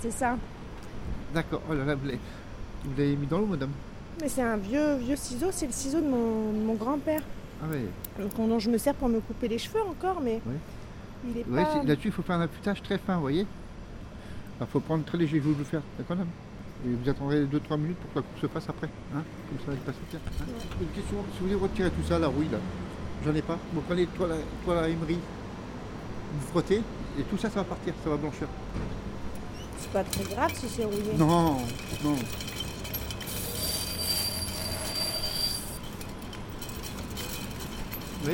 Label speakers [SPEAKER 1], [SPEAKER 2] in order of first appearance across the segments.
[SPEAKER 1] c'est ça.
[SPEAKER 2] D'accord. Oh là là, vous l'avez- vous l'avez mis dans l'eau, madame
[SPEAKER 1] Mais c'est un vieux, vieux ciseau, c'est le ciseau de mon, de mon grand-père,
[SPEAKER 2] Ah ouais.
[SPEAKER 1] donc, dont je me sers pour me couper les cheveux encore, mais
[SPEAKER 2] Ouais.
[SPEAKER 1] il est
[SPEAKER 2] Ouais,
[SPEAKER 1] pas...
[SPEAKER 2] c'est- Là-dessus, il faut faire un affûtage très fin, vous voyez Il faut prendre très léger, je vais vous le faire, d'accord, madame Et vous attendrez 2-3 minutes pour que la coupe se fasse après, hein Comme ça, elle passe bien. hein Une question, si vous voulez retirer tout ça, la rouille, là, j'en ai pas. Vous prenez toi la, toile à émerie, vous frottez, et tout ça, ça va partir, ça va blanchir.
[SPEAKER 1] C'est pas très grave si c'est rouillé.
[SPEAKER 2] Non, non. Oui,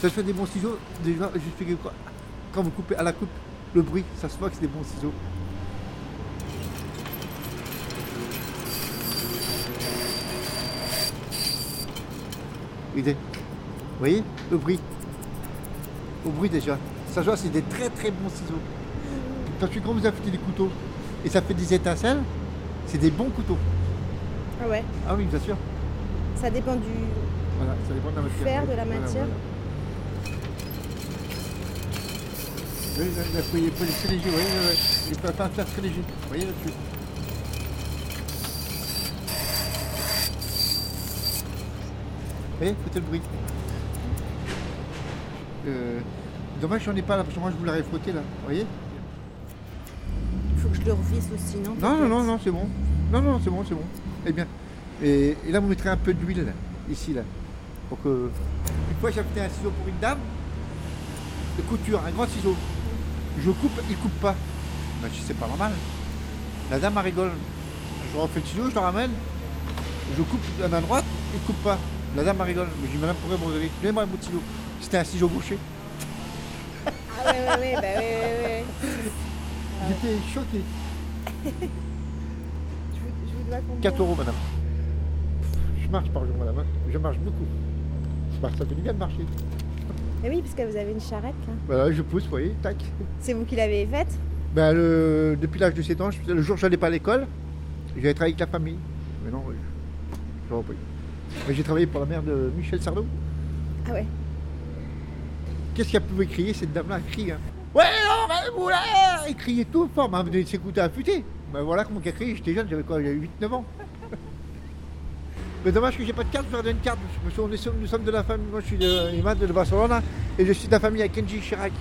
[SPEAKER 2] ça fait des bons ciseaux. Déjà, je fais quoi Quand vous coupez à la coupe, le bruit, ça se voit que c'est des bons ciseaux. Regardez. Vous voyez le bruit Au bruit déjà. Ça joue, c'est des très très bons ciseaux. Quand tu quand vous affûtez des couteaux et ça fait des étincelles, c'est des bons couteaux.
[SPEAKER 1] Ah ouais,
[SPEAKER 2] Ah oui, bien sûr.
[SPEAKER 1] ça dépend du...
[SPEAKER 2] Voilà, ça dépend de la matière.
[SPEAKER 1] Faire de la
[SPEAKER 2] Voilà,
[SPEAKER 1] matière.
[SPEAKER 2] voilà. Oui, là, là, faut- il faut les très léger, vous voyez, là, là, il faut pas faire très léger. Vous voyez là-dessus Vous voyez, écoutez le bruit. Euh, dommage, j'en ai pas là, parce que moi je voulais frotter là, vous voyez
[SPEAKER 1] Faut que je le revisse aussi, non
[SPEAKER 2] Non, non, non, non, c'est bon. Non, non, c'est bon, c'est bon. Eh bien, et, et là, vous mettrez un peu d'huile, là, ici, là, pour que... Une fois, j'ai acheté un ciseau pour une dame, de couture, un grand ciseau. Je coupe, il coupe pas. Ben, je dis, c'est pas normal. La dame, elle rigole. Je refais le ciseau, je le ramène, je coupe la main droite, il coupe pas. La dame, elle rigole. Mais je dis, madame, pourquoi vous rigolez Donnez-moi un bout de ciseau. C'était un ciseau bouché.
[SPEAKER 1] Ah ouais, ouais, ouais, bah ouais, ouais, ouais.
[SPEAKER 2] J'étais choqué.
[SPEAKER 1] Je vous- je vous dois combien
[SPEAKER 2] 4 euros, madame. Je marche par jour, madame. hein. Je marche beaucoup. Bah, ça fait du bien de marcher.
[SPEAKER 1] Eh oui, parce que vous avez une charrette, là.
[SPEAKER 2] Voilà, je pousse, vous voyez, tac.
[SPEAKER 1] C'est vous qui l'avez faite
[SPEAKER 2] Ben, le- depuis l'âge de 7 ans, je- le jour où je n'allais pas à l'école, j'avais travaillé avec la famille. Mais non, je je repris. Mais j'ai travaillé pour la mère de Michel Sardou.
[SPEAKER 1] Ah ouais.
[SPEAKER 2] Qu'est-ce qu'elle pouvait crier, cette dame-là Elle crie. hein. Ouais, non, ben, vous là Elle criait tout fort, mais elle venait de s'écouter affûter. Ben voilà comment elle criait, j'étais jeune, j'avais quoi, j'avais 8-9 ans. Mais dommage que j'ai pas de carte, je vais donner une carte. Parce qu'on est- nous sommes, de la famille, moi je suis de, Emma de Barcelone, et je suis de la famille à Kenji Chirac,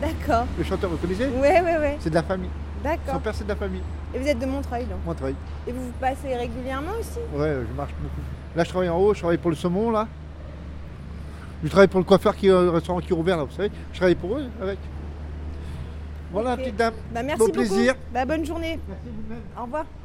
[SPEAKER 1] D'accord.
[SPEAKER 2] le chanteur, vous connaissez
[SPEAKER 1] Ouais, ouais, ouais.
[SPEAKER 2] C'est de la famille. Son
[SPEAKER 1] D'accord.
[SPEAKER 2] père, c'est de la famille.
[SPEAKER 1] Et vous êtes de Montreuil, donc
[SPEAKER 2] Moi, je travaille.
[SPEAKER 1] Et vous vous passez régulièrement aussi
[SPEAKER 2] Ouais, je marche beaucoup. Là, je travaille en haut, je travaille pour le saumon, là. Je travaille pour le coiffeur qui est au restaurant qui est ouvert, là, vous savez. Je travaille pour eux, avec. Voilà,
[SPEAKER 1] Ok.
[SPEAKER 2] petite dame.
[SPEAKER 1] Bah merci
[SPEAKER 2] Bon
[SPEAKER 1] beaucoup.
[SPEAKER 2] plaisir.
[SPEAKER 1] Bah bonne journée.
[SPEAKER 2] Merci vous-même.
[SPEAKER 1] Au revoir.
[SPEAKER 2] Au